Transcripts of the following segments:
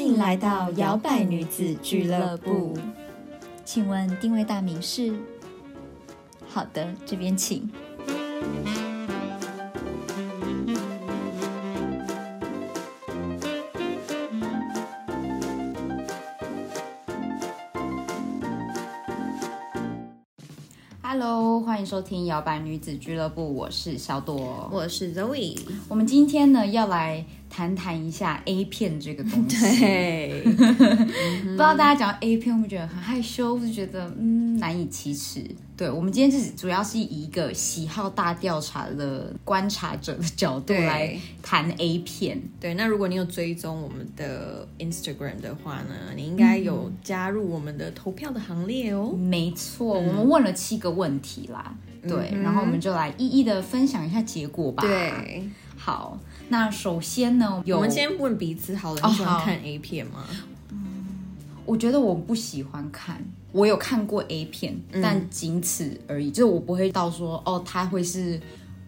迎来到摇摆女子俱乐部。请问定位大名是？好的，这边请。 Hello，欢迎收听摇摆女子俱乐部，我是小朵。我是 Zoe，我们今天呢要来谈谈一下 A 片这个东西。 对，不知道大嗯家讲到 A 片，会不会觉得很害羞，或是觉得嗯难以启齿？对我们今天是主要是以一个喜好大调查的观察者的角度对来谈 A 片。对，那如果你有追踪我们的 Instagram 的话呢，你应该有加入我们的投票的行列哦。没错，我嗯们问了七个问题啦，对，然后我们就来一一的分享一下结果吧。，对，好，那首先呢，有我们先问彼此好了，哦你喜欢好看 A 片吗？我觉得我不喜欢看，我有看过 A 片，但仅此而已。就是我不会到说哦，它会是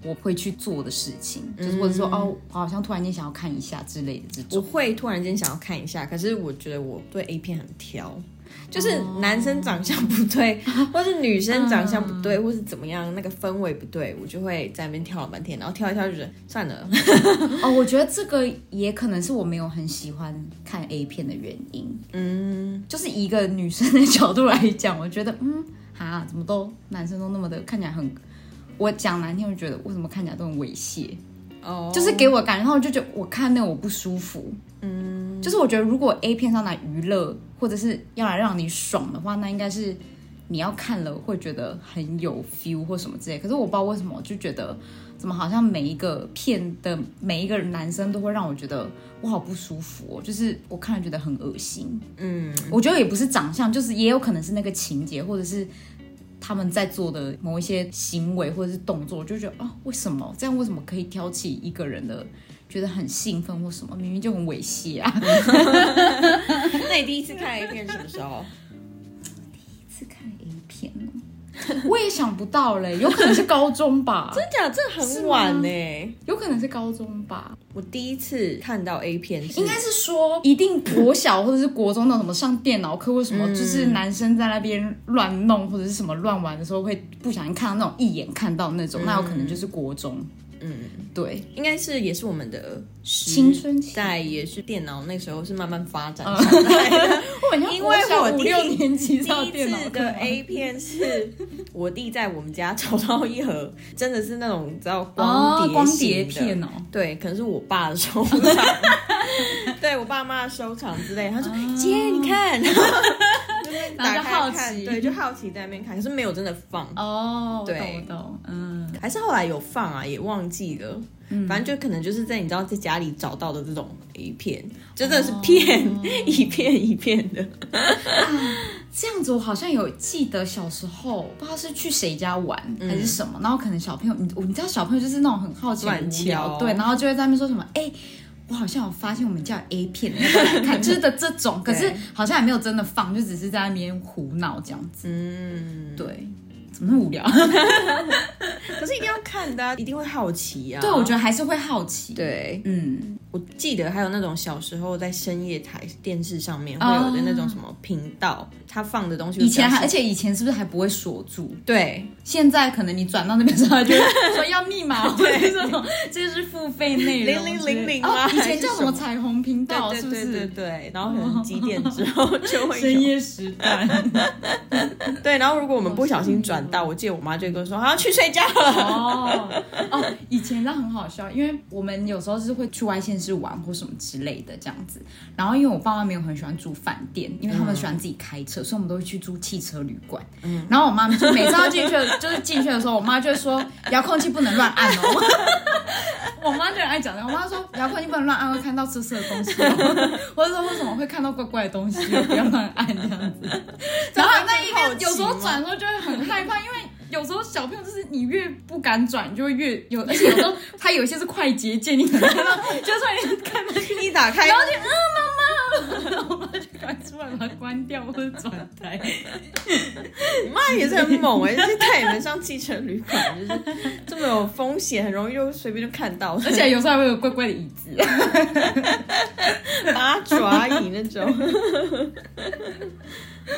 我会去做的事情，就是或者说哦，我好像突然间想要看一下之类的这种。我会突然间想要看一下，可是我觉得我对 A 片很挑，就是哦男生长相不 对，或是女生长相不嗯对，或是怎么样，那个氛围不对，我就会在那边跳了半天，然后跳一跳就觉得算了， 哦，我觉得这个也可能是我没有很喜欢看 A 片的原因。嗯，就是一个女生的角度来讲，我觉得嗯，啊，怎么都男生都那么的看起来很，我讲难听，我觉得为什么看起来都很猥亵。哦就是给我感觉，然后我就觉得我看那个我不舒服。嗯，就是我觉得如果 A 片上来娱乐，或者是要来让你爽的话，那应该是你要看了会觉得很有 feel 或什么之类。可是我不知道为什么，我就觉得怎么好像每一个片的每一个男生都会让我觉得我好不舒服、哦，就是我看了觉得很恶心。嗯，我觉得也不是长相，就是也有可能是那个情节，或者是。他们在做的某一些行为或者是动作，我就觉得啊、为什么这样？为什么可以挑起一个人的觉得很兴奋或什么？明明就很猥亵啊！那你第一次看 A 片什么 时候？ 是看 A 片哦我也想不到嘞，有可能是高中 吧，真假？这很晚欸呢、有可能是高中吧，我第一次看到 A 片是应该是说一定国小或者是国中那种什么上电脑课或什么，就是男生在那边乱弄或者是什么乱玩的时候，会不小心看到那种一眼看到那种，那有可能就是国中。嗯，对。应该是也是我们的时青春期代，也是电脑那时候是慢慢发展上来 的。因为我五六年级才有 第一哦电脑次课的 A 片是我弟在我们家找到一盒，真的是那种你知道光哦碟、光碟片哦。对，可能是我爸的收藏， 对我爸妈的收藏之类。他说：“姐，你看。”哦 然后就好奇打开看对，就好奇在那边看，可是没有真的放。哦，对懂懂，嗯，还是后来有放啊，也忘记了。反正就可能就是在你知道在家里找到的这种 A 片，就真的是片、 一片一片的。这样子我好像有记得小时候不知道是去谁家玩还是什么，然后可能小朋友，你你知道小朋友就是那种很好奇、嗯乱很无聊，敲对，然后就会在那边说什么，哎、我好像有发现我们家有 A 片，你要不要来 看就是的这种，可是对好像也没有真的放，就只是在那边胡闹这样子，嗯，对，怎么那么无聊？可是一定要看的、啊，一定会好奇啊。对，我觉得还是会好奇，，对，嗯，我记得还有那种小时候在深夜台电视上面会有的那种什么频道，他放的东西以前还哦还而且以前是不是还不会锁住？对，现在可能你转到那边之后，就会说要密码或者是什么，这是付费内容之类的。 0000啊哦，以前叫什么还是什么哦彩虹频道，对是对不对对是？对，然后可能几点之 后就会有深夜时段。对，然后如果我们不小心转到，我记得我妈就会跟我说：“好、啊，去睡觉了。” 哦哦，以前那很好笑，因为我们有时候是会去外县市玩或什么之类的这样子。然后因为我爸妈没有很喜欢住饭店，因为他们喜欢自己开车，所以我们都会去住汽车旅馆。然后我妈就每次要进去的，就是进去的时候，我妈就会说遥控器不能乱按哦。 我妈就很爱讲的，我妈说遥控器不能乱按，会看到色色的东西、 哦，或者说为什么会看到怪怪的东西，不要乱按这样 子。然后那一边有时候转的时候就会很害怕，因为有时候小朋友就是你越不敢转，你就会越有，而且有时候它有一些是快捷键，你可能看到就突然间看到，一打开，然后就嗯妈妈，然后我妈就赶快出来把它关掉或者转台。你妈也是很猛哎、 就是带你们上汽车旅馆，就是这么有风险，很容易就随便就看到了， 而且有时候还会有怪怪的椅子，八爪椅那种。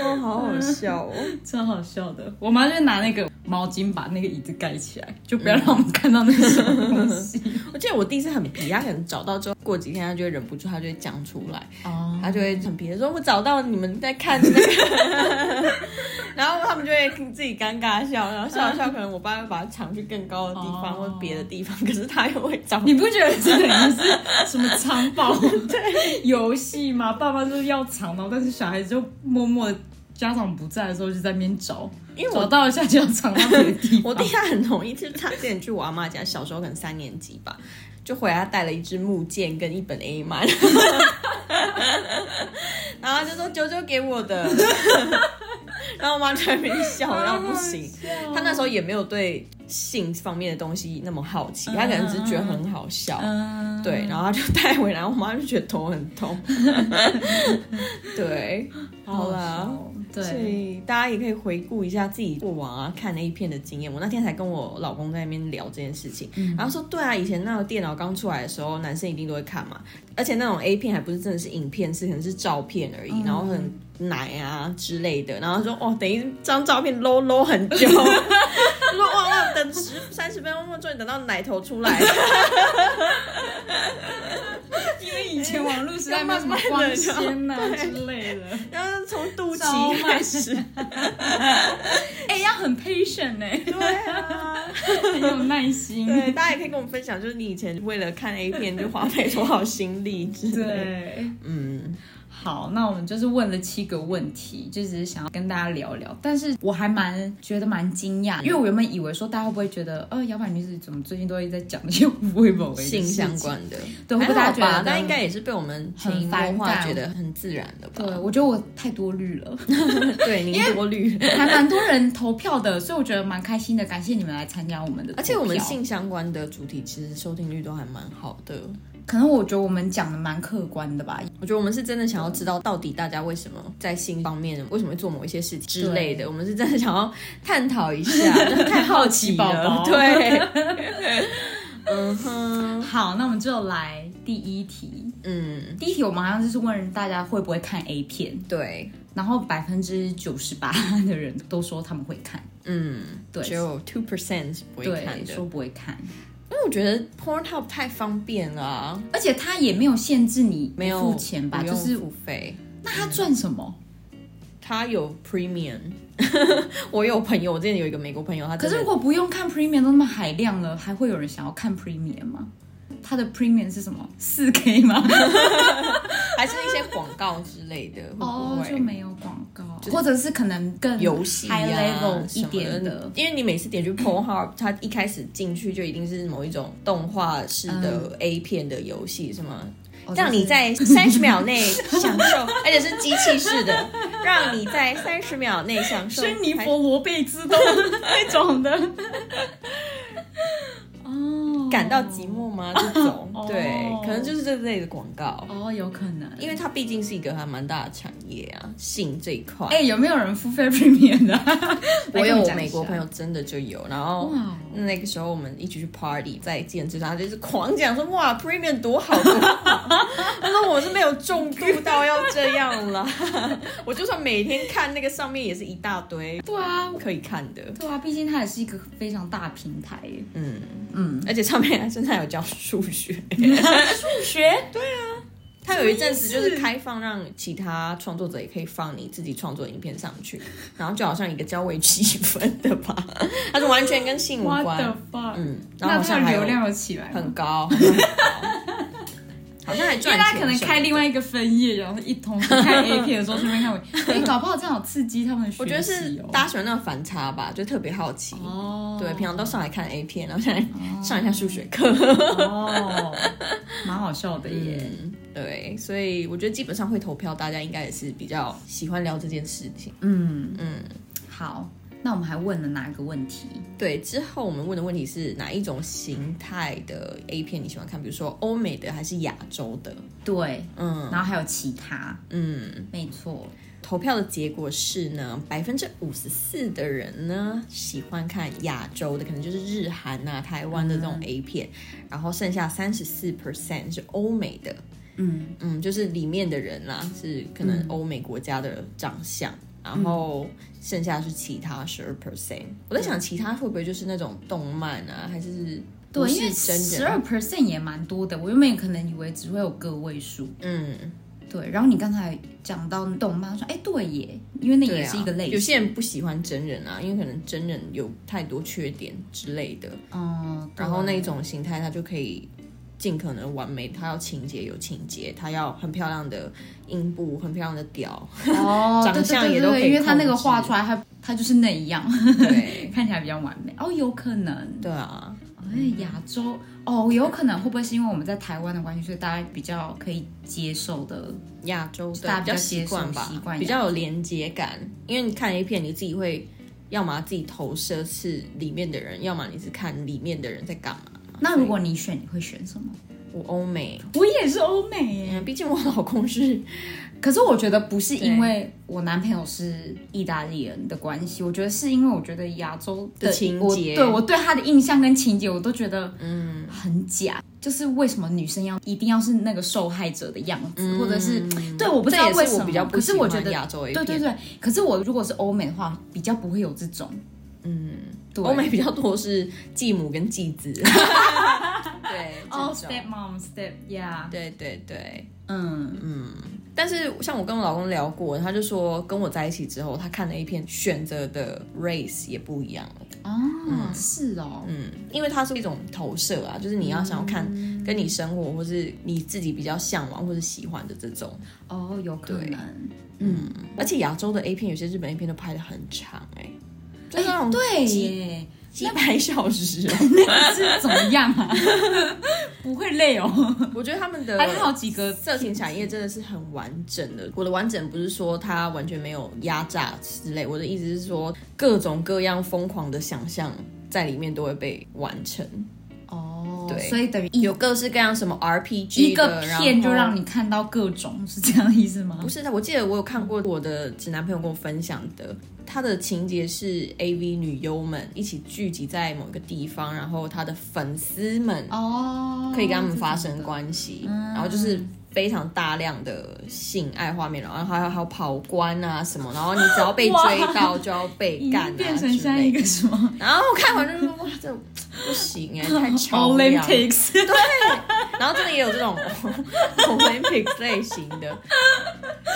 哦，好好笑哦！超好笑的。我妈就拿那个毛巾把那个椅子盖起来，就不要让我们看到那个什么东西。我记得我弟是很皮，他可能找到之后，过几天他就会忍不住，他就会讲出来，哦，他就会很皮的说：“我找到你们在看那个。” 然后他们就会自己尴尬笑，然后笑 着笑，可能我爸会把它藏去更高的地方、哦或别的地方，可是他又会找你不觉得这等于是什么藏 宝 游戏吗？爸妈就是要藏，然后但是小孩子就默默地家长不在的时候就在那边找，因为我找到了下就要藏到别的地方。 我弟他很容易，就是他之前去我阿妈家，小时候可能三年级吧，就回来他带了一支木剑跟一本 A 漫， 然后他就说九九给我的，然后我妈就在那边笑，然后不 行。啊他那时候也没有对性方面的东西那么好奇，他可能只是觉得很好笑，嗯，对，然后他就带回来，我妈就觉得头很痛， 对，好啦。笑哦，所对。以大家也可以回顾一下自己过往啊看 A 片的经验。我那天才跟我老公在那边聊这件事情，嗯然后说对啊，以前那个电脑刚出来的时候，男生一定都会看嘛，而且那种 A 片还不是真的是影片，是可能是照片而已，嗯然后很奶啊之类的，然后说哦，等一张照片搂搂很久， 说哇哇等十三十分钟，终于等到奶头出来了， 因为以前网络时代没有什么光 纤呐、之类的，然后从肚超脐慢开始，哎、要很 patient 哎、对啊。很有耐心。 对，大家也可以跟我们分享，就是你以前为了看 A 片就花费多少心力之类的。对嗯，好，那我们就是问了七个问题，就只是想要跟大家聊聊。但是我还蛮觉得蛮惊讶，因为我原本以为说大家会不会觉得，呃，摇摆女子怎么最近都一直在讲那些无为不为的事性情 相？关的，对会不会还大好家觉吧得但应该也是被我们潜移默很反化感觉得很自然的吧？对，我觉得我太多虑了，对，您多虑。还蛮多人投票的，所以我觉得蛮开心的。感谢你们来参加我们的投票， 而且我们性相关的主题其实收听率都还蛮好的，可能我觉得我们讲的蛮客观的吧，我觉得我们是真的想要知道到底大家为什么在性方面为什么会做某一些事情之类的，我们是真的想要探讨 一下，太好奇宝了，宝对， 嗯哼，好，那我们就来第一题。嗯，第一题我们好像就是问大家会不会看 A 片，对，然后百分之九十八的人都说他们会看，嗯，对只有 two percent 不会看对，的，说不会看，因为我觉得 Pornhub 太方便了、啊，而且他也没有限制你没有付钱吧，不就用是付费，那他赚什么？它有 Premium。我有朋友，我之前有一个美国朋友，他可真是的如果不用看 Premium 都那么海量了，还会有人想要看 Premium 吗？它的 Premium 是什么？四 K 吗？还是一些广告之类的，会不哦，会？就没有广告，或者是可能更游戏 high 啊 level 一点什么的的，，因为你每次点去 Pornhub，它 一开始进去就一定是某一种动画式的 A 片的游戏，是吗？嗯哦让 你在三十秒内享受，而且是机器式的，让你在三十秒内 享受。珍妮佛罗贝兹都那种的。 哦，感到寂寞吗？这 种、哦对，可能就是这类的广告，哦，有可能，因为它毕竟是一个还蛮大的产业啊，性这一块。哎、有没有人付费 premium 的、 我有来跟我讲一美国下朋友真的就有，然后哇那个时候我们一起去 party，在健身，他就是狂讲说哇 premium 多好多好， 他说我是没有重度到要这样 啦，我就算每天看那个上面也是一大堆对啊，可以看的，对啊，毕竟它也是一个非常大的平台耶。嗯，嗯，而且上面还甚至还有教数学， 数学啊他有一阵子就是开放让其他创作者也可以放你自己创作的影片上去，然后就好像一个交为积分的 吧，它是完全跟性无 what 关 the。fuck？、嗯，那然后好它像的还有流量有起来吗？很高，好像很高好像还因为赚他钱可能什么开的另外一个分页，然后一同时看 A 片的时候顺便看我， 哎、搞不好这样有刺激他们的学习、哦。我觉得是大家喜欢那种反差吧，就特别好奇。哦，对，平常都上来看 A 片，然后现在上一下数学课。哦， 蛮好笑的耶。嗯，对，所以我觉得基本上会投票，大家应该也是比较喜欢聊这件事情。嗯，嗯，好，那我们还问了哪个问题？对，之后我们问的问题是哪一种形态的 A 片你喜欢看？比如说欧美的还是亚洲的？对，嗯然后还有其他，嗯，没错，投票的结果是呢，百分之五十四的人呢喜欢看亚洲的，可能就是日韩啊、台湾的这种 A 片，然后剩下三十四 percent 是欧美的，嗯，嗯，就是里面的人啦，是可能欧美国家的长相，嗯然后剩下是其他十二 percent。我在想，其他会不会就是那种动漫啊，还是不对，因为是真十人？啊二 percent 也蛮多的，我原本也可能以为只会有个位数，嗯，对。然后你刚才讲到动漫，我说哎，对耶，因为那对也啊是一个类型，有些人不喜欢真人啊，因为可能真人有太多缺点之类的，嗯，对然后那种形态他就可以。尽可能完美，他要情节有情节，他要很漂亮的阴部，很漂亮的屌，哦，长对对相对也都对可以因为他那个控制画出来，他他就是那一样，对看起来比较完美哦，有可能。对啊，哎，亚洲哦，有可能会不会是因为我们在台湾的关系，所以大家比较可以接受的？亚洲的大家比较比较习惯吧，接受习惯比较有连接感。因为你看 A 片，你自己会要么自己投射是里面的人，要么你是看里面的人在干嘛。那如果你选，你会选什么？我欧美，我也是欧美耶，嗯，毕竟我老公是可是我觉得不是因为我男朋友是意大利人的关系，我觉得是因为我觉得亚洲的情我节对我对他的印象跟情节，我都觉得嗯很假。就是为什么女生要一定要是那个受害者的样子，或者是对我不知这道也为是什嗯啊我么，比较不可喜是我觉欢得亚洲 A 片，对对对，可是我如果是欧美的话，比较不会有这种，嗯，对，欧美比较多是继母跟继 子，对，哦、这 s 种 t e p mom step，yeah，对对对。嗯，但是像我跟我老公聊过，他就说跟我在一起之后，他看的 A 片选择的 race 也不一样了。哦，是哦，嗯，因为它是一种投射啊，就是你要想要看嗯跟你生活或是你自己比较向往或是喜欢的这种。哦，有可对能，嗯，而且亚洲的 A 片有些日本 A 片都拍的很长哎、就是那种对几耶，几百小 时、哦。是怎么样啊？不会累哦，我觉得他们的还有好几个色情产业真的是很完整的。我的完整不是说它完全没有压榨之类，我的意思是说各种各样疯狂的想象在里面都会被完成，哦，对所以等于一有各式各样什么 RPG 一个的然片就后让你看到各种，是这样的意思吗不？是的，我记得我有看过我的直男朋友跟我分享的，他的情节是 A V 女优们一起聚集在某一个地方，然后他的粉丝们哦，可以跟他们这发种生的，关系，哦然后就是非常大量的性爱画面，然后还有还有跑关啊什么，然后你只要被追到就要被已干经啊变成之现在类一的个什么然后我看完就说哇，这不行哎、太超量了。 Olympics，然后真的也有 这种 Olympics 类型的。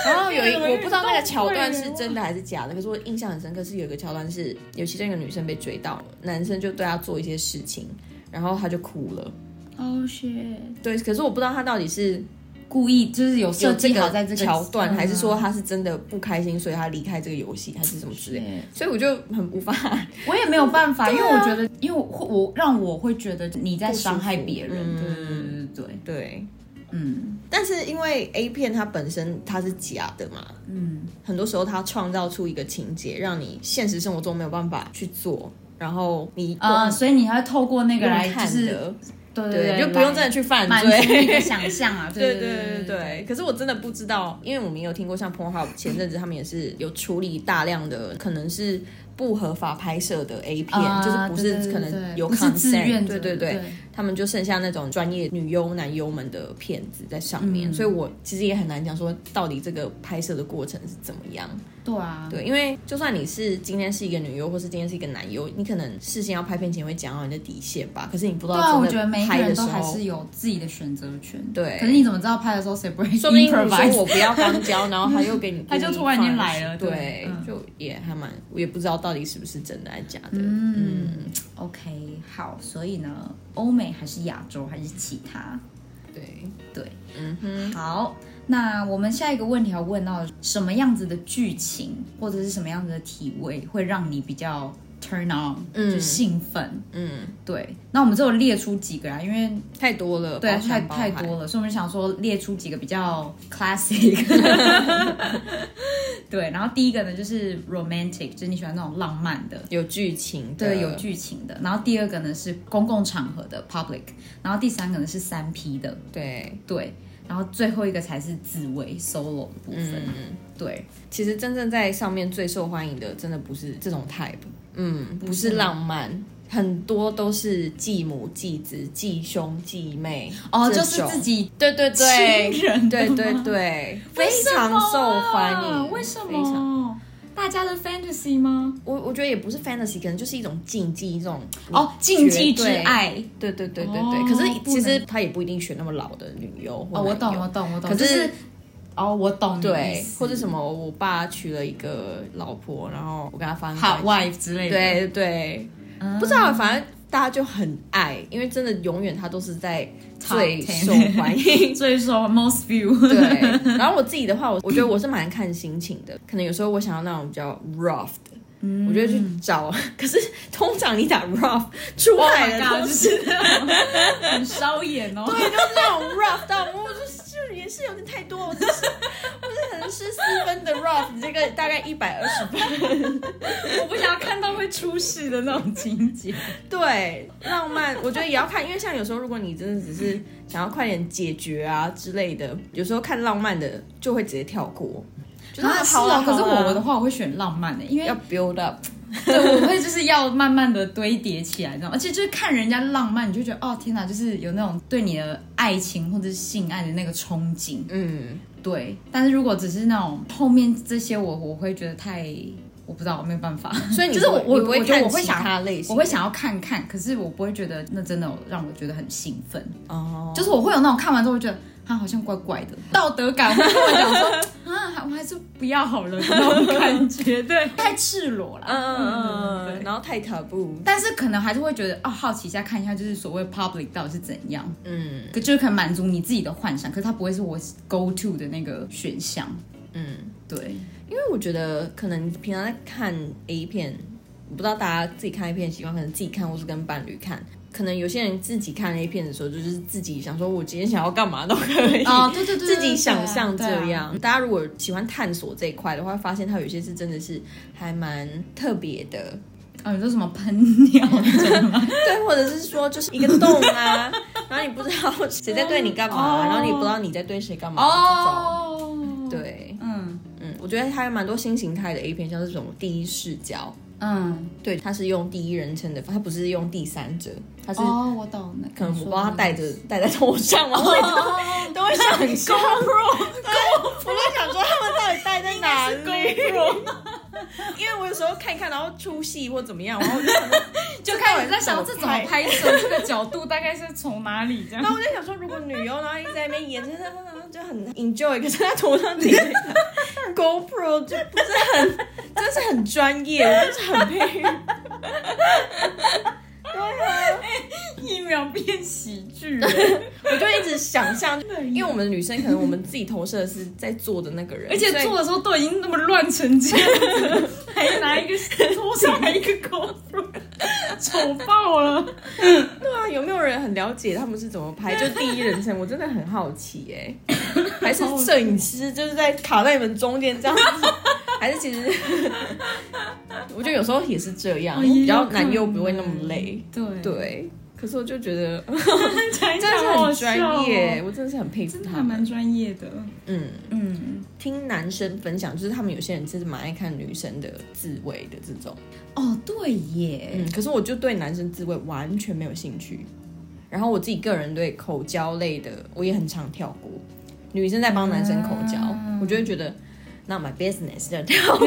然后有一啊我不知道那个桥段哦是真的还是假的，可是我印象很深刻是有一个桥段是有其中一个女生被追到了，男生就对她做一些事情，然后她就哭了。哦，shit。对，可是我不知道她到底是故意就是有有设这计好个在这个桥段，还是说嗯她是真的不开心，所以她离开这个游戏，还是什么之类的。对所以我就很无法， 我也没有办法，因为我觉得，因为我我让我会觉得你在伤害别人，不舒服对对对对对，对，嗯但是因为 A 片它本身它是假的嘛，嗯，很多时候它创造出一个情节，让你现实生活中没有办法去做，然后你呃，所以你还会透过那一个来就看是的，对对，对，就不用真再的去犯满足罪。你的想象啊， 对对对对对对对，可是我真的不知道，因为我们也有听过像 Pornhub 前阵子他们也是有处理大量的可能是不合法拍摄的 A 片，啊就是不对是对可对能对有不是自 consent，愿者对对对，对他们就剩下那种专业女优、男优们的片子在上嗯面，所以我其实也很难讲说到底这个拍摄的过程是怎么样。对啊，对，因为就算你是今天是一个女优，或是今天是一个男优，你可能事先要拍片前会讲好你的底线吧。可是你不知对道啊，我真觉的得每一个拍的人时都还候，是有自己的选择权，对可是你怎么知道拍的时候谁不会说不定你 improvise？说我不要肛交，然后他又 给你，他就突然间来了对对，嗯就也还蛮，我也不知道到底是不是真的还是假的。嗯，OK，好，所以呢，欧美还是亚洲还是其他？对，对，嗯哼，好，那我们下一个问题要问到什么样子的剧情或者是什么样子的体位会让你比较 turn on，、嗯就兴奋。嗯，对，那我们只有列出几个啊，因为太多了，对呃包太山包太海多了，所以我们想说列出几个比 较 classic。对，然后第一个呢就是 romantic，就是你喜欢那种浪漫的。有剧情的，对，有剧情的。然后第二个呢是公共场合的 public，然后第三个呢是三 P 的，对，对，然后最后一个才是自慰 solo 的部分，嗯，对，其实真正在上面最受欢迎的，真的不是这种 type，嗯，不是浪漫。很多都是继母、继子、继兄、继妹哦，这就是种自己对对对，亲人的对吗对对，非为什常么啊受欢迎。为什非常？么？大家的 fantasy 吗？我我觉得也不是 fantasy，可能就是一种禁忌，这种哦，禁忌之。爱。对对对对对哦对。可是不其实能他也不一定选那么老的女优或哦，我男懂，优我懂，我懂。可就是是哦，我懂你的意对，思，或者什么，我爸娶了一个老婆，然后我跟他发生好关系 wife 之类的。对对，嗯，不知道，反正大家就很爱，因为真的永远他都是在 Top 最 ten 受欢迎。最受 most view。对， 然后我自己的话，我我觉得我是蛮看心情的，可能有时候我想要那种比较 rough 的。我就会去找，可是通常你打 rough 出来的 Oh my god，都就是是那种 很烧眼哦。对，就是那种 rough 到我就是就也是有点太多，我就是我这可能是四分的 rough，你这个大概一百二十分。我不想要看到会出事的那种情 节。对，浪漫我觉得也要看，因为像有时候如果你真的只是想要快点解决啊之类的，有时候看浪漫的就会直接跳过。就是啊，是好啊啊，可是好啊我我的话，我会选浪漫的、因为要 build up， 对，我会就是要慢慢的堆叠起来，你知道吗？而且就是看人家浪漫，你就觉得哦天哪，就是有那种对你的爱情或者是性爱的那个憧憬。嗯，对，但是如果只是那种后面这些我，我会觉得太，我不知道，我没有办法。 所以你嗯就是我不我会你不会我觉得我看会其想他类型，我会想要看看，可是我不会觉得那真的有让我觉得很兴奋，哦，就是我会有那种看完之后会觉得。他好像怪怪的，道德感会跟我讲 说啊，我还是不要好了那种感觉，对，太赤裸了，嗯嗯对嗯，然后太 taboo，但是可能还是会觉得哦，好奇一下看一下，就是所谓 public 到底是怎样，嗯可就是可以满足你自己的幻想，可是它不会是我 go to 的那个选项。嗯。 对，因为我觉得可能平常在看 A 片，我不知道大家自己看 A 片的习惯，可能自己看或是跟伴侣看。可能有些人自己看 A 片的时候，就是自己想说，我今天想要干嘛都可以，哦，对对对，对自己想象这。对啊样。大家如果喜欢探索这一块的话，会发现它有些是真的是还蛮特别的， 哦，你说什么喷尿这种吗？对，或者是说就是一个洞啊，然后你不知道谁在对你干嘛，哦然后你不知道你在对谁干嘛，哦这种，，对，嗯嗯，我觉得还有蛮多新形态的 A 片，像是什么第一视角。嗯，对，他是用第一人称的，他不是用第三者，他是、哦，我懂了，可能我你说不知道他的 戴着戴在头上，然后会哦都会 想 象 GoPro，我 在想说他们到底戴在哪里？因为我有时候看一看，然后出戏或怎么样，然后我就想说就开始在到想底这怎怎么么拍摄，这个角度大概是从哪里这样然。后我就想说，如果女优然后一直在那边演，就是然后就很 enjoy，可是她头上顶着一个 GoPro 就不是很，真的是很专业，我就是很佩服。啊 一秒变喜剧， 我就一直想象，因为因为我们女生可能我们自己投射的是在做的那个人，而且所以做的时候都已经那么乱成这样子了，还拿一个桌上还一个 GoPro，丑爆了！对啊，有没有人很了解他们是怎么 拍？就第一人称，我真的很好奇 哎、还是摄影师就是在卡在你们中间这样子， 还是其实，我觉得有时候也是这样，哦也有比较男优不会那么累，对，对。可哎是我就觉得哦真真的是很专业，，哦我真的是很佩服真的他还们。蛮专业的。嗯，嗯，听男生分享，就是他们有些人真是蛮爱看女生的自慰的这种。哦，对耶，嗯，可是我就对男生自慰完全没有兴趣。然后我自己个人对口交类的，我也很常跳过。女生在帮男生口交，我就会觉得 not my business 就跳过，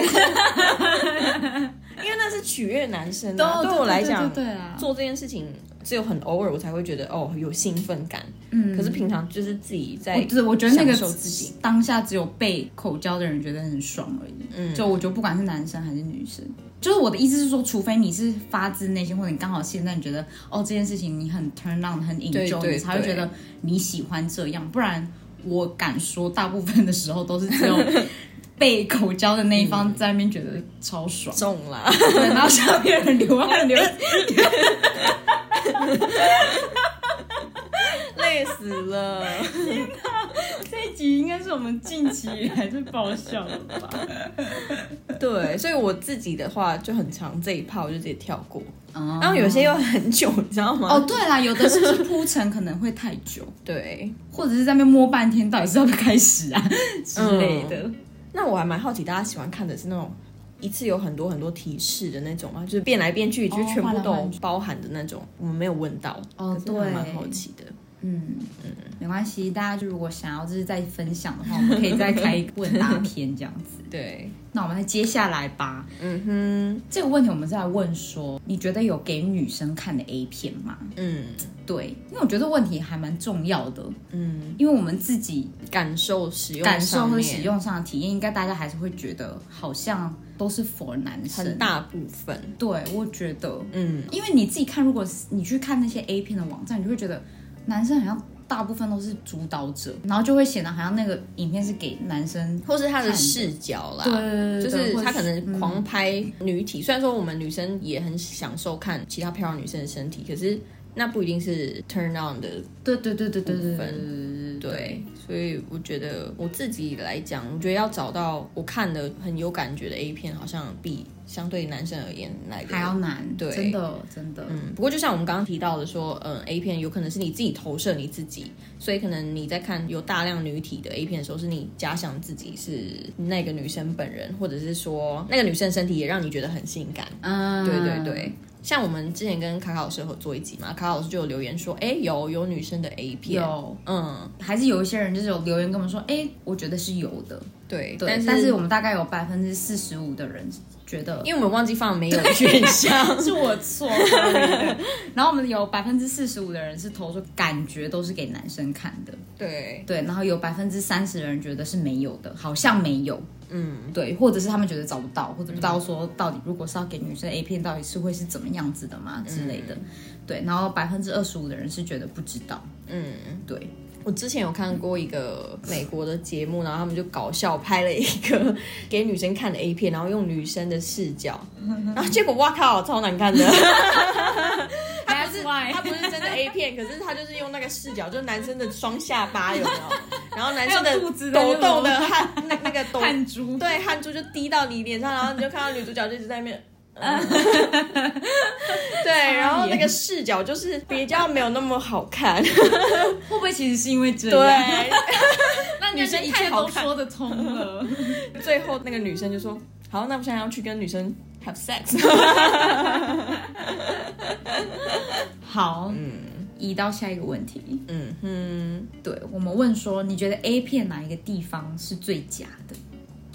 因为那是取悦男生、啊。都对我来讲，对对啊，做这件事情只有很偶尔我才会觉得哦有兴奋感。嗯可是平常就是自己在我只我觉得那个享受自己当下只有被口交的人觉得很爽而已。嗯就我觉得不管是男生还是女生，就是我的意思是说，除非你是发自内心，或者你刚好现在你觉得哦这件事情你很 turn on 很对 enjoy，对你才会觉对得 你喜欢这样，不然我敢说大部分的时候都是只有被口交的那一嗯方在那边觉得超爽，中啦，对，然后下面人流汗流， 累死了。这一集应该是我们近期以来最爆笑的吧？对，所以我自己的话就很长这一趴，我就直接跳过。然然后有些又很久，你知道吗？哦，对啦，有的是不是铺陈可能会太久，对。或者是在那边摸半天，到底是要不要开始啊之嗯类的。那我还蛮好奇，大家喜欢看的是那种一次有很多很多提示的那种吗？就是变来变去，就是全部哦换来都换去包含的那种。我们没有问到，哦可是我还对蛮好奇的。嗯，没关系，大家就如果想要就是再分享的话，我们可以再开一个问 答篇这样子。对，那我们来接下来吧。嗯这个问题我们是来问说，你觉得有给女生看的 A 片吗？哼，嗯对，因为我觉得这问题还蛮重要的，嗯，因为我们自己感受使用感受上和面使用上的体验，应该大家还是会觉得好像都是 for 男生。很大部分，对，我觉得，嗯，因为你自己看，如果是你去看那些 A 片的网站，你就会觉得男生好像大部分都是主导者，然后就会显得好像那个影片是给男生。或是他的看的视角啦，对嗯就是他可能狂。狂拍女体，虽然说我们女生也很享受看其他漂亮女生的身体，可是那不一定是 turn on 的，对对对对对对对对对。所以我觉得我自己来讲，我觉得要找到我看的很有感觉的 A 片，好像比相对男生而言来的还要难，对真的真的，嗯，不过就像我们刚刚提到的说，嗯，A 片有可能是你自己投射你自己，所以可能你在看有大量女体的 A 片的时候，是你假想自己是那个女生本人，或者是说那个女生的身体也让你觉得很性感。嗯，对对对，像我们之前跟卡卡老师合作一集嘛，卡卡老师就有留言说，哎，有有女生的 A 片，有嗯，还是有一些人就是有留言跟我们说，哎，我觉得是有的，对，对，但但是我们大概有百分之四十五的人觉得因为我们忘记放没有 的选项，是我错，sorry 然后我们有百分之四十五的人是投说感觉都是给男生看的，对，对，然后有百分之三十的人觉得是没有的，好像没有，嗯，对，或者是他们觉得找不到，或者不知道说到底如果是要给女生 A 片，到底是会是怎么样子的嘛之类的，对，然后百分之二十五的人是觉得不知道，嗯，对，我之前有看过一个美国的节目，然后他们就搞笑拍了一个给女生看的 A 片，然后用女生的视角， 然后结果哇靠，超难看的。还是它不 是真的 A 片，可是他就是用那个视角，就是男生的双下巴有 没有？然后男生还的有肚子的那抖种动的汗，那那个抖 汗珠，对汗珠就滴到你脸上，然后你就看到女主角就一直在那 边。嗯对，然后那个视角就是比较没有那么好看，会不会其实是因为这样？对，那女生一太切好都看说得通了。 最后那个女生就说：“好，那我现在要去跟女生 have sex。 好，移到下一个问题。”嗯哼，对我们问说，你觉得 A 片哪一个地方是最假的？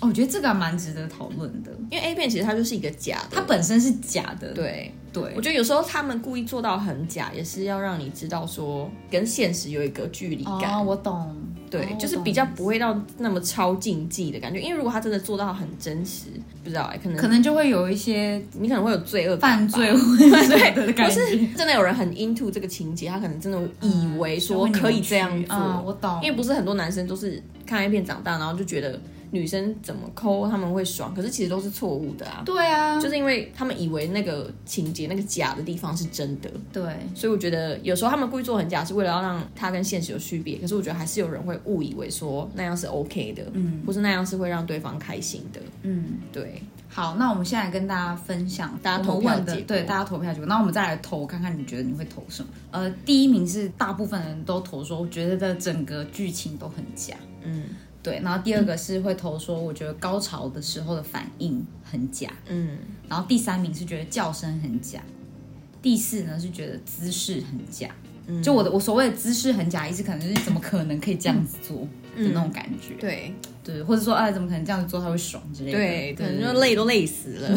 哦，我觉得这个还蛮值得讨论的。因为 A 片其实它就是一个假的，它本身是假的，对，对我觉得有时候他们故意做到很假，也是要让你知道说跟现实有一个距离感。哦，我懂，对，哦就是我懂比较不会到那么超竞技的感觉，因为如果他真的做到很真实，不知道哎、可能可能就会有一些你可能会有罪恶犯感吧罪或者的感觉，不是真的有人很 into 这个情节，他可能真的以为说可以这样做，嗯我懂，因为不是很多男生都是看 A 片长大，然后就觉得女生怎么抠他们会爽，可是其实都是错误的啊，对啊，就是因为他们以为那个情节那个假的地方是真的，对，所以我觉得有时候他们故意做很假，是为了要让它跟现实有区别。可是我觉得还是有人会误以为说那样是 OK 的，嗯，或是那样是会让对方开心的，嗯。对，好，那我们现在跟大家分享大家投我们票问的结果对大家投票结果。那我们再来投，看看你觉得你会投什么？呃，第一名是大部分人都投说，我觉得整个剧情都很假。嗯对，然后第二个是会投说，我觉得高潮的时候的反应很假，嗯然后第三名是觉得叫声很假，第四呢是觉得姿势很假。嗯就我的我所谓的姿势很假，意思可能就是怎么可能可以这样子做的那嗯种感觉，对对，或者说哎、啊、怎么可能这样子做他会爽之类的，对，可能对就累都累死了，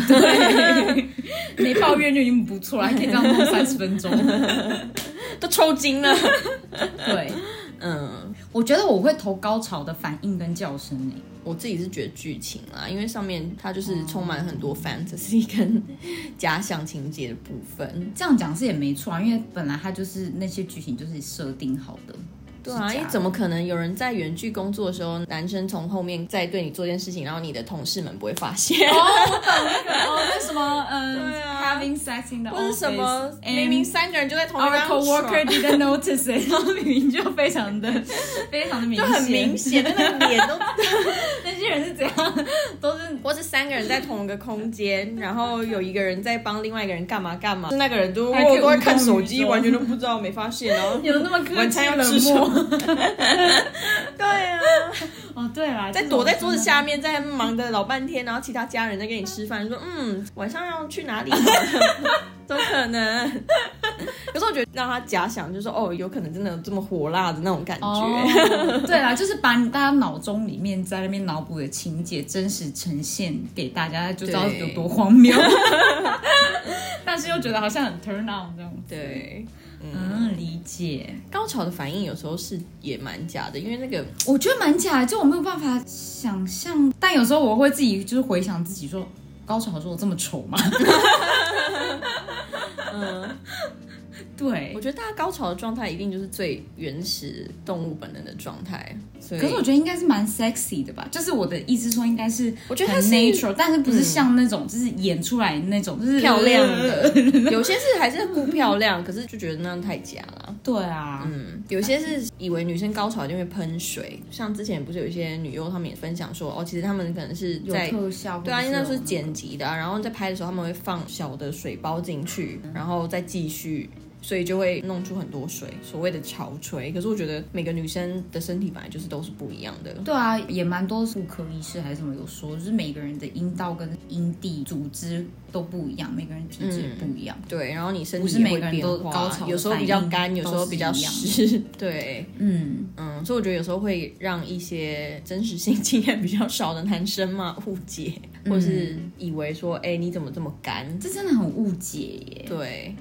没抱怨就已经不错了，还可以这样弄三十分钟。 都抽筋了，对， 嗯。我觉得我会投高潮的反应跟叫声欸诶、我自己是觉得剧情啦，因为上面它哦就是充满很多 fantasy 跟假想情节的部分。嗯这样讲是也没错啊，因为本来它就是那些剧情就是设定好的，对啊，是因假为的怎么可能有人在远距工作的时候，男生从后面再对你做一件事情，然后你的同事们不会发 现？哦，我懂那个哦，那什么，嗯、对 h 啊 a v i n g sex in the 或者 office，什么， and 明明三个人就在同一 Our 张 coworker 床， didn't notice it，然后明明就非常 的、非常的明就显，很明显，那个脸 都，那些人是怎样，都是或是三个人在同一个空间，然后有一个人在帮另外一个人干嘛干嘛，那个人都还可以我都在看手无动于机，衷完全都不知道，没发现，然后 有那么客晚气餐要冷吃什漠。么？对啊，哦，对啦，在这种躲在桌子真的下面，在忙的老半天，然后其他家人在跟你吃饭，说嗯，晚上要去哪 里？都可能。有时候我觉得让他假想，就是说哦，有可能真的有这么火辣的那种感觉。 哦，对啦，就是把你大家脑中里面在那边脑补的情节真实呈现给大家，就知道对有多荒谬。 但是又觉得好像很 turn on 这样子。，对，嗯，理解。高潮的反应有时候是也蛮假的，因为那个我觉得蛮假的，就我没有办法想象。但有时候我会自己就是回想自己说，高潮的时候我这么丑 吗？嗯，对我。觉得大家高潮的状态一定就是最原始动物本能的状态，所以可是我觉得应该是蛮 sexy 的吧，就是我的意思说应该是我觉得它很是嗯 natural，但是不是像那种、就是演出来那种就是漂亮 的，有些是还是顾漂亮，可是就觉得那样太假了。对啊，嗯，有些是以为女生高潮就会喷水，像之前不是有一些女优她们也分享说，哦，其实她们可能是有在特效，对啊，因为那那是剪辑的、啊，然后在拍的时候他们会放小的水包进去，然后再继续。所以就会弄出很多水，所谓的潮吹。可是我觉得每个女生的身体本来就是都是不一样的，对啊，也蛮多妇科医师还是什么有说，就是每个人的阴道跟阴蒂组织都不一样，每个人体质嗯也不一样。对。然后你身不是体也每会个人变都化，高潮的有时候比较反应干，有时候都是比较一样湿，对。嗯，嗯，所以我觉得有时候会让一些真实性 经验比较少的男生嘛误解，嗯或是以为说，哎、你怎么这么干？这真的很误解耶。对，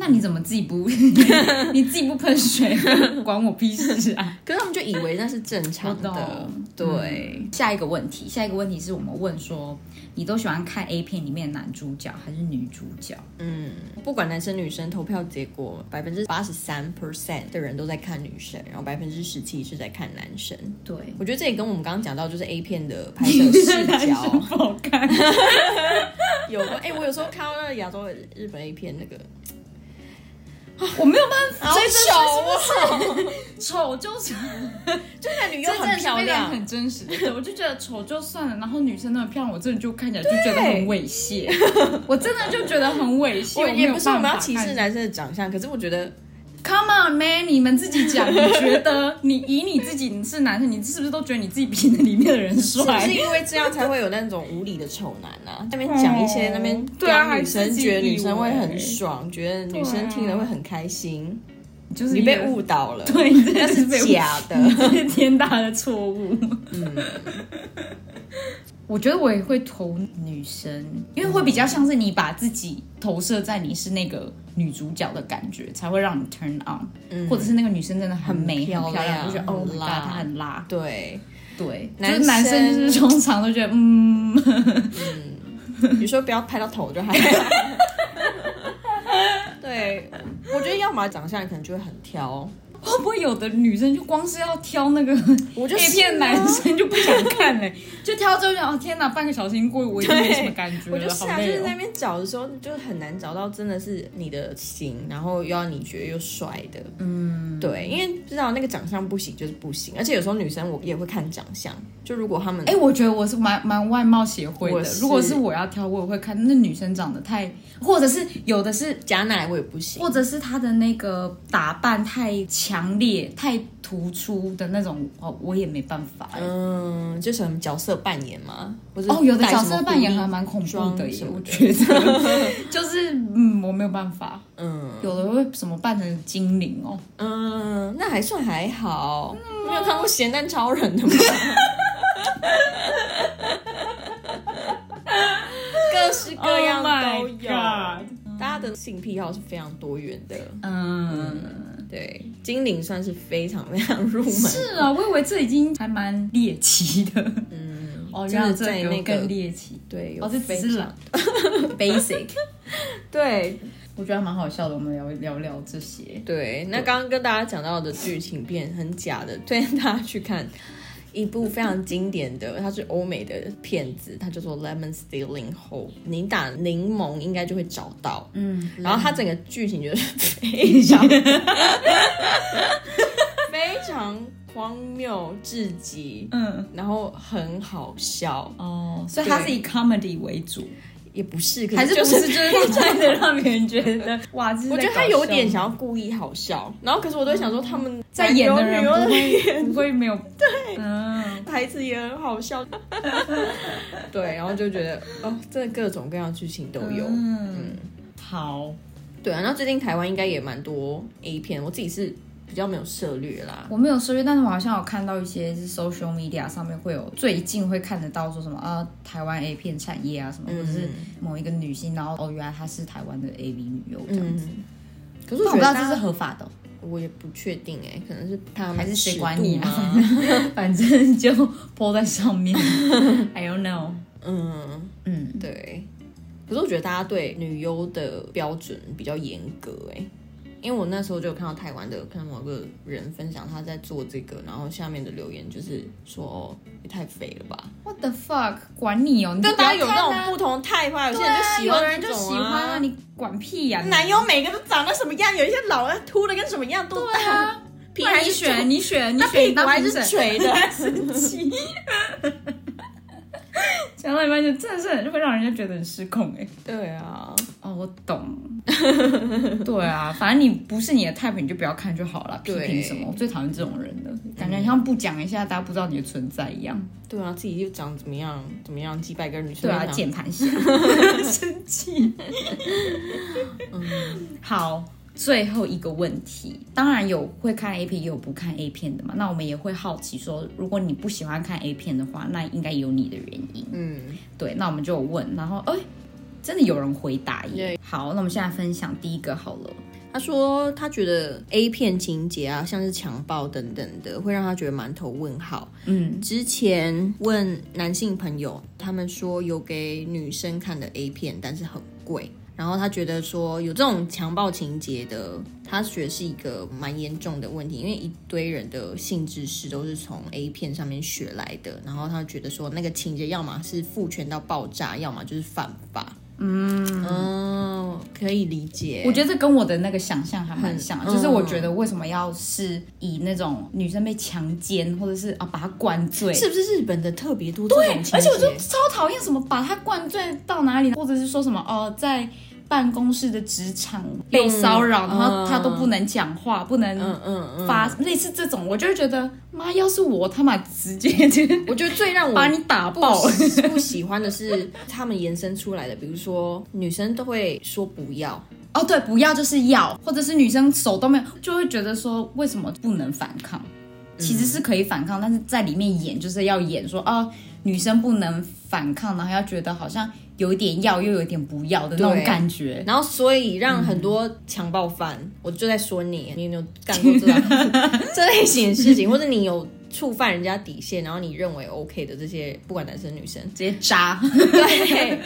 那你怎么自己不 你自己不喷水， 管我屁事啊？可是他们就以为那是正常的我懂，嗯对，下一个问题，下一个问题是我们问说，你都喜欢看 A 片里面的男主角还是女主角？嗯，不管男生女生，投票结果百分之八十三 percent 的人都在看女生，然后百分之十七是在看男生。对，我觉得这也跟我们刚刚讲到，就是 A 片的拍摄 视男生角不好看。有关。哎、我有时候看到那个亚洲的日本 A 片那个，我没有办法，好所以丑啊！丑就是就那女优这真很的是漂非常亮，很真实的。我就觉得丑就算了，然后女生那么漂亮，我真的就看起来就觉得对很猥 亵，我真的就觉得很猥亵。我我没也有不是我办们法要歧视看男生的长相，可是我觉得 Come on man，你们自己讲，你觉得你以你自己你是男生，你是不是都觉得你自己比那里面的人是不帅？是因为这样才会有那种无理的丑男啊？那边讲一些那边哦对啊刚女还生自己觉得以为女生会很爽，觉得女对生啊听了会很开心，就是你一个被，误导了， 对，你真那的是被误假你的。这是天大的错误。嗯 我觉得我也会投女生，因为会比较像是你把自己投射在你是那个女主角的感觉，才会让你 turn on，、嗯或者是那个女生真的很美、很很漂漂亮，亮就觉得哦很 my god，辣她很辣。对，对，男就是男生生就是通常都觉得嗯，有时候不要拍到头就 还好。对，我觉得要么长相你可能就会很挑，会不会有的女生就光是要挑那个我 就 A 是片男啊生就不想看嘞、就挑之后就哦天哪，半个小时已经过，我已经没什么感觉了，我就是好啊，就累是哦在那边找的时候，就很难找到真的是你的型，然后又要你觉得又帅的，嗯，对，因为知道那个长相不行就是不行，而且有时候女生我也会看长相，就如果他们哎、我觉得我是蛮蛮外貌协会我的。是如果是我要挑，我也会看那女生长得太，或者是有的是，假奶我也不行，或者是她的那个打扮太强烈、太突出的那种，哦，我也没办法。欸嗯，就什么角色扮演嘛，或者哦，有的戴什角么色扮演狐狸还蛮恐怖装的耶什，么我的觉 得，就是嗯，我没有办法。嗯有的会什么扮成精灵 哦，嗯，那还算还好，你有看过咸蛋超人的吗？ 各式各样 Oh 啊 my 都有。 God 大家的性癖好是非常多元的，嗯，对，精灵算是非常非常入门，是啊，我以为这已经还蛮猎奇的，嗯，哦，原来真的在这个那个更猎奇， 对，有哦，这非只是常懒 basic，对。我觉得还蛮好笑的。我们聊聊聊这些，对，那刚刚跟大家讲到的剧情片很假的，推荐大家去看一部非常经典的，它是欧美的片子，它叫做《Lemon Stealing Hole》，你打柠檬应该就会找到。嗯，然后它整个剧情就是非 常非常荒谬至极，嗯，然后很好笑，哦，所以它是以 comedy 为主，也不是，可还是就不是是就是真的让别人觉 得哇，这是在我觉得他搞有笑点想要故意好笑，然后可是我都会想说他们在演的人有不女优会不会没有对，嗯，台词也很好笑， 对，然后就觉得哦，真的各种各样的剧情都有，嗯，好，对啊。然后最近台湾应该也蛮多 A 片，我自己是比较没有涉略啦，我没有涉猎，但是我好像有看到一些是 social media 上面会有最近会看得到说什么啊，台湾 A 片产业啊什么，或者是某一个女星，然后哦，原来她是台湾的 AV 女优这样子。嗯。可是但我觉我得不知道这大是家合法的哦、我也不确定哎、可能是他们还是谁尺管你度啊吗？ 反正就 po 在上面，I don't know。嗯，嗯，对。可是我觉得大家对女优的标准比较严格哎、因为我那时候就有看到台湾的看某个人分享他在做这个，然后下面的留言就是说哦也太肥了吧， What the fuck，管你哦！你就不大家要有看那种啊不同态派，有些对人就啊，喜有欢的人这就种喜欢啊，啊。你管屁呀、男优每个都长得什么样？有一些老的秃的跟什么样，都对大， 啊，屁不然还你是选，你选，你那选，屁你股当还评是审 垂的。生气。讲到一半就真的是很会让人家觉得很失控哎、对啊，哦，我 懂。对啊，反正你不是你的 type，你就不要看就好了。批对评什么？我最讨厌这种人了，感觉好像不讲一下，大家不知道你的存在一样。对啊，自己又长怎么样怎么样，几百个女生对啊，长键盘 侠，生气。好，最后一个问题，当然有会看 A 片，也有不看 A 片的嘛。那我们也会好奇说，如果你不喜欢看 A 片的话，那应该有你的原因。嗯，对，那我们就有问，然后哎、真的有人回答耶。好，那我们现在分享第一个好了。他说他觉得 A 片情节啊，像是强暴等等的，会让他觉得满头问号。嗯，之前问男性朋友，他们说有给女生看的 A 片，但是很贵。然后他觉得说有这种强暴情节的，他觉得是一个蛮严重的问题，因为一堆人的性知识都是从 A 片上面学来的。然后他觉得说那个情节要么是父权到爆炸，要么就是犯法。嗯，哦，可以理解。我觉得这跟我的那个想象还蛮像的，嗯就是我觉得为什么要是以那种女生被强奸，或者是啊把她灌醉，是不是日本的特别多这种情节？而且我就超讨厌什么把他灌醉到哪里，或者是说什么哦，在办公室的职场被骚扰，然后他都不能讲话，不能嗯嗯嗯，发，类似这种，我就会觉得妈，要是我他妈直接就我觉得最让我把你打爆。 不不喜欢的是他们延伸出来的，比如说女生都会说不要，哦，对，不要就是要，或者是女生手都没有，就会觉得说为什么不能反抗？嗯其实是可以反抗，但是在里面演就是要演说啊、哦，女生不能反抗，然后要觉得好像有一点要又有一点不要的那种对感觉。然后所以让很多强暴犯，我就在说你，你有没有干过这 种这类型的事情，或者你有触犯人家底线，然后你认为 OK 的这些，不管男生 女生，直接扎，对，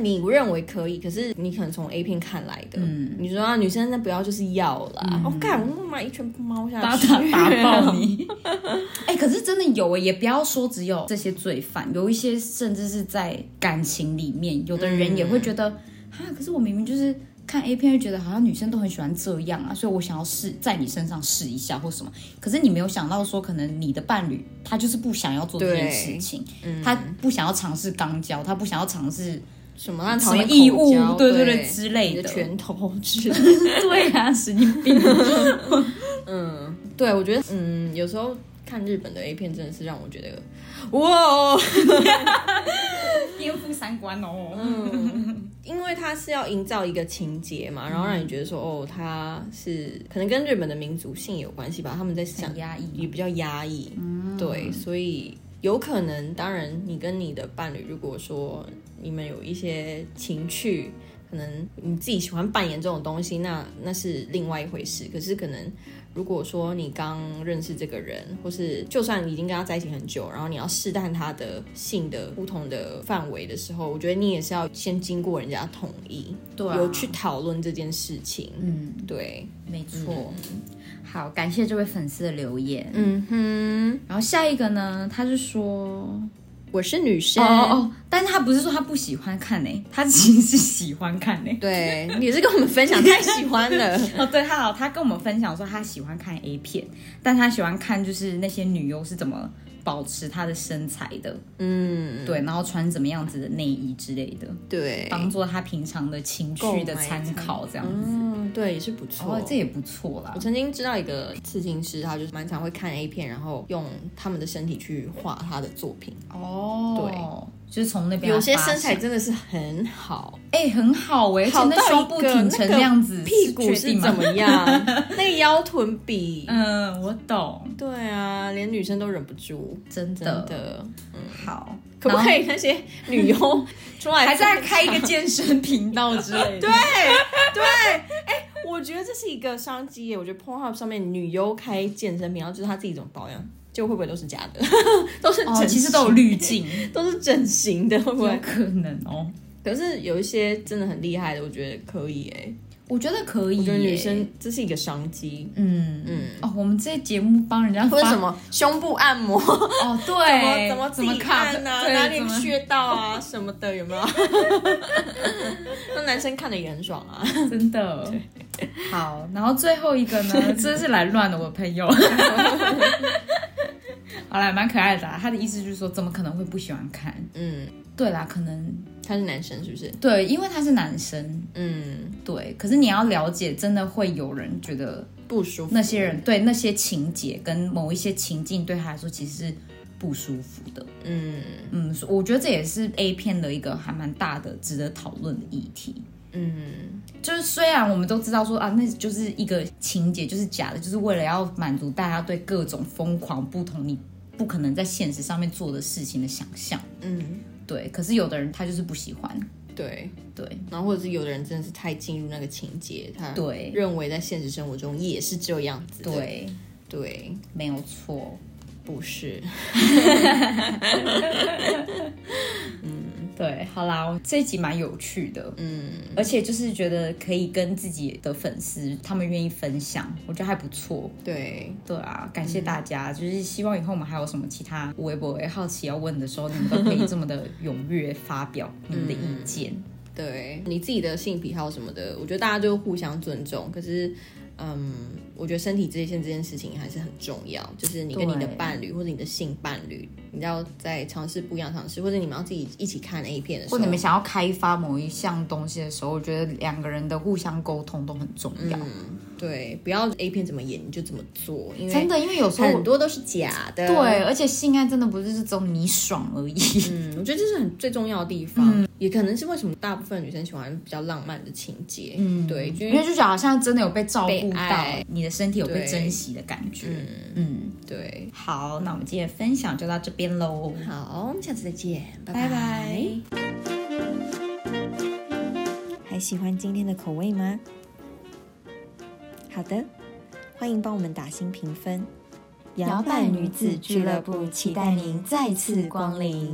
你认为可以，可是你可能从 A 片看来的，嗯你说啊，女生那不要就是要啦，我干、我他妈一拳猫下打去，打打爆你！ 哎、可是真的有哎，也不要说只有这些罪犯，有一些甚至是在感情里面，有的人也嗯会觉得，哈、可是我明明就是看 A 片，就觉得好像女生都很喜欢这样啊，所以我想要试在你身上试一下或什么。可是你没有想到说，可能你的伴侣他就是不想要做这件对嗯事情，他不想要尝试钢交，他不想要尝试什么那什讨么厌义口务交，对对对对之类你的的拳头之类的 对啊，神经病。嗯，对，我觉得，嗯，有时候看日本的 A 片真的是让我觉得，哇，颠覆三观哦。嗯因为它是要营造一个情节嘛，然后让你觉得说，哦，它是可能跟日本的民族性有关系吧，他们在想很压抑也比较压抑，嗯对，所以有可能，当然，你跟你的伴侣如果说你们有一些情趣。可能你自己喜欢扮演这种东西，那那是另外一回事。可是可能如果说你刚认识这个人，或是就算已经跟他在一起很久，然后你要试探他的性的不同的范围的时候，我觉得你也是要先经过人家同意，对啊有去讨论这件事情。嗯，对，没错。好，感谢这位粉丝的留言。嗯哼，然后下一个呢，他是说我是女生。哦哦哦，但是他不是说他不喜欢看呢、他其实是喜欢看 呢、对，你是跟我们分享太喜欢了。 哦，对，他好，他跟我们分享说他喜欢看 A 片，但他喜欢看就是那些女优是怎么保持她的身材的，嗯，对，然后穿怎么样子的内衣之类的，对，当做他平常的情绪的参考这样子。嗯，对，也是不错。哦，这也不错啦我。曾经知道一个刺青师，他就是蛮常会看 A 片，然后用他们的身体去画他的作品。哦，对，就是从那边有些发身材现真的是很好，哎、很好哎、而且好那到胸一部个挺成那样子，那个屁股确是定吗怎么？样， 那个腰臀比，嗯，我懂，对啊，连女生都忍不住，真真的的。好，可不然后可以那些女优出来还在开一个健身频 道之类的？对，哎我觉得这是一个商机耶。我觉得 Pornhub 上面女优开健身频道，就是她自己怎么保养，就会不会都是假的， 都是整哦，形其实都有滤镜，都是整形的，会不有会？可能哦。可是有一些真的很厉害的，我觉得可以哎。我觉得可以耶，我觉得女生这是一个商机，嗯嗯哦，我们这节目帮人家或者发什么胸部按摩，哦，对，怎么怎么自己卡按啊，对哪里怎么穴道啊什么的，有没有？ 那男生看的也很爽啊。 真的。好，然后最后一个 呢，真是来乱的，我朋友。 好啦，蛮可爱的啦。他的意思就是说，怎么可能会不喜欢看？嗯，对啦，可能他是男生是不是？对，因为他是男生，嗯，对。可是你要了解，真的会有人觉得不舒服。那些人对那些情节跟某一些情境对他来说其实是不舒服的。嗯嗯，所我觉得这也是 A 片的一个还蛮大的值得讨论的议题。嗯，就是虽然我们都知道说啊，那就是一个情节，就是假的，就是为了要满足大家对各种疯狂不同你不可能在现实上面做的事情的想象。嗯，对，可是有的人他就是不喜欢。对。对然后或者是有的人真的是太进入那个情节，他对认为在现实生活中也是这样子的。对，对，没有错。不是。对，好啦，我这一集蛮有趣的，嗯，而且就是觉得可以跟自己的粉丝他们愿意分享，我觉得还不错。对，对啊，感谢大家，就是希望以后我们还有什么其他微博好奇要问的时候，你们都可以这么的踊跃发表你们的意见。对你自己的性癖好什么的，我觉得大家就互相尊重。可是，嗯，我觉得身体界限这件事情还是很重要，就是你跟你的对伴侣或者你的性伴侣，你要在尝试不一样的尝试，或者你们要自己一起看 A 片的时或候，你们想要开发某一项东西的时候，我觉得两个人的互相沟通都很重要。对，不要 A 片怎么演你就怎么做，因为真的，因为有时候很我多都是假的。对，而且性爱真的不是只有你爽而已。嗯，我觉得这是很最重要的地方，嗯也可能是为什么大部分女生喜欢比较浪漫的情节。嗯，对，因因为为就觉得好像真的有被照顾被到爱，你的身体有被对珍惜的感觉。嗯，对，好，那我们今天的分享就到这边喽，好，我们下次再见，拜拜拜拜。还喜欢今天的口味吗？好的，欢迎帮我们打新评分。摇摆女子俱乐部期待您再次光临。